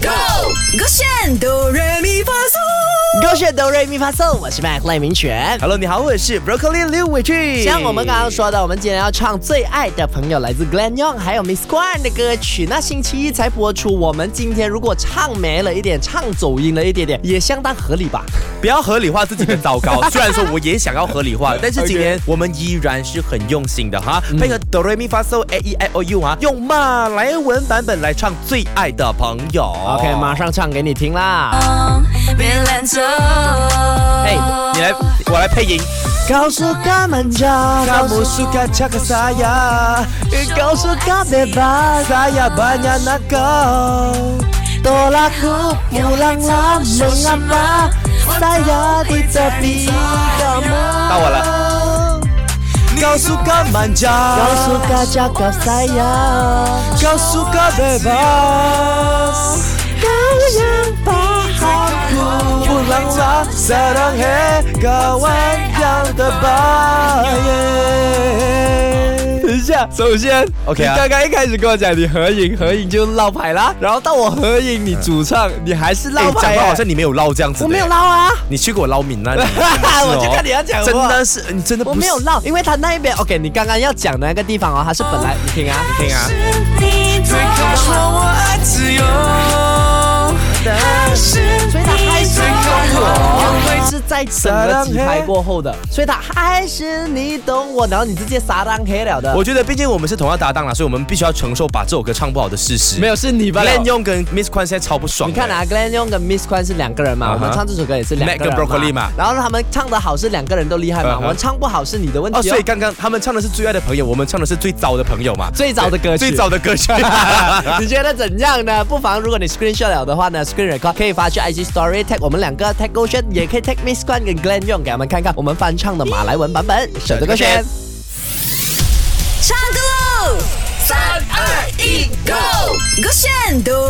Go，勾选哆来咪发嗦。勾选哆瑞咪发嗦，我是 Mac 赖明全。 Hello，你好，我是 Broccoli 刘伟俊。像我们刚刚说的，我们今天要唱《最爱的朋友》，来自 Glen Young 还有 Miss Guan 的歌曲。那星期一才播出，我们今天如果唱没了一点，唱走音了一点点，也相当合理吧？不要合理化自己的糟糕。虽然说我也想要合理化，但是今天我们依然是很用心的哈，配合哆瑞咪发嗦 A E I O U 啊，用马来文版本来唱《最爱的朋友》。 OK，马上唱给你听啦。别拦着，哎，你来，我来配音。告诉他们家， Kamu suka cakap saya, Kau suka bebas saya banyak nak kau. Tolak ku pulanglah Mengapa saya ditepi kamu Tahu lah. Kau suka manja, Kau suka cakap saya kau suka bebas. Kau yang pahamku Pulanglah sekarang hei kawan yang terbaik 等一下，首先 OK 啊你刚刚一开始跟我讲你合影，合影就落牌啦，然后到我合影，你主唱，你还是哎落，讲牌、的欸，好像你没有捞这样子的，我没有捞啊，你去给我捞 闽南，我就看你要讲真话的是你真的不我是没有闹，因为他那一边 OK，你刚刚要讲的那个地方哦，他是本来你听啊，听啊，你最高说我爱自由，但是所以他还是我因为是在整个几排过后的，所以他还是你懂我，然后你直接撒浪黑了的。我觉得毕竟我们是同样搭档啦，所以我们必须要承受把这首歌唱不好的事实。没有是你吧？ ，Len Yong 跟 Miss Kwan 现在超不爽你的。看啊，Glen Young 跟 Miss Kwan 是两个人嘛，啊哈我们唱这首歌也是两个 Mac 跟 Broccoli 人嘛然后他们唱的好是两个人都厉害嘛，嗯哼我们唱不好是你的问哦，题所哦以。刚刚他们唱的是最爱的朋友，我们唱的是最糟的朋友嘛，最早的歌曲，最糟的歌 曲。你觉得怎样呢？不妨如果你 screenshot 了的话呢，screen record 可以发去 IG Story tag 我们两个 tag 勾选，也可以 tag Miss Guan 跟 Glen Young 给他们看看我们翻唱的马来文版本，选择勾选。唱歌喽！三二一，Go！勾选哆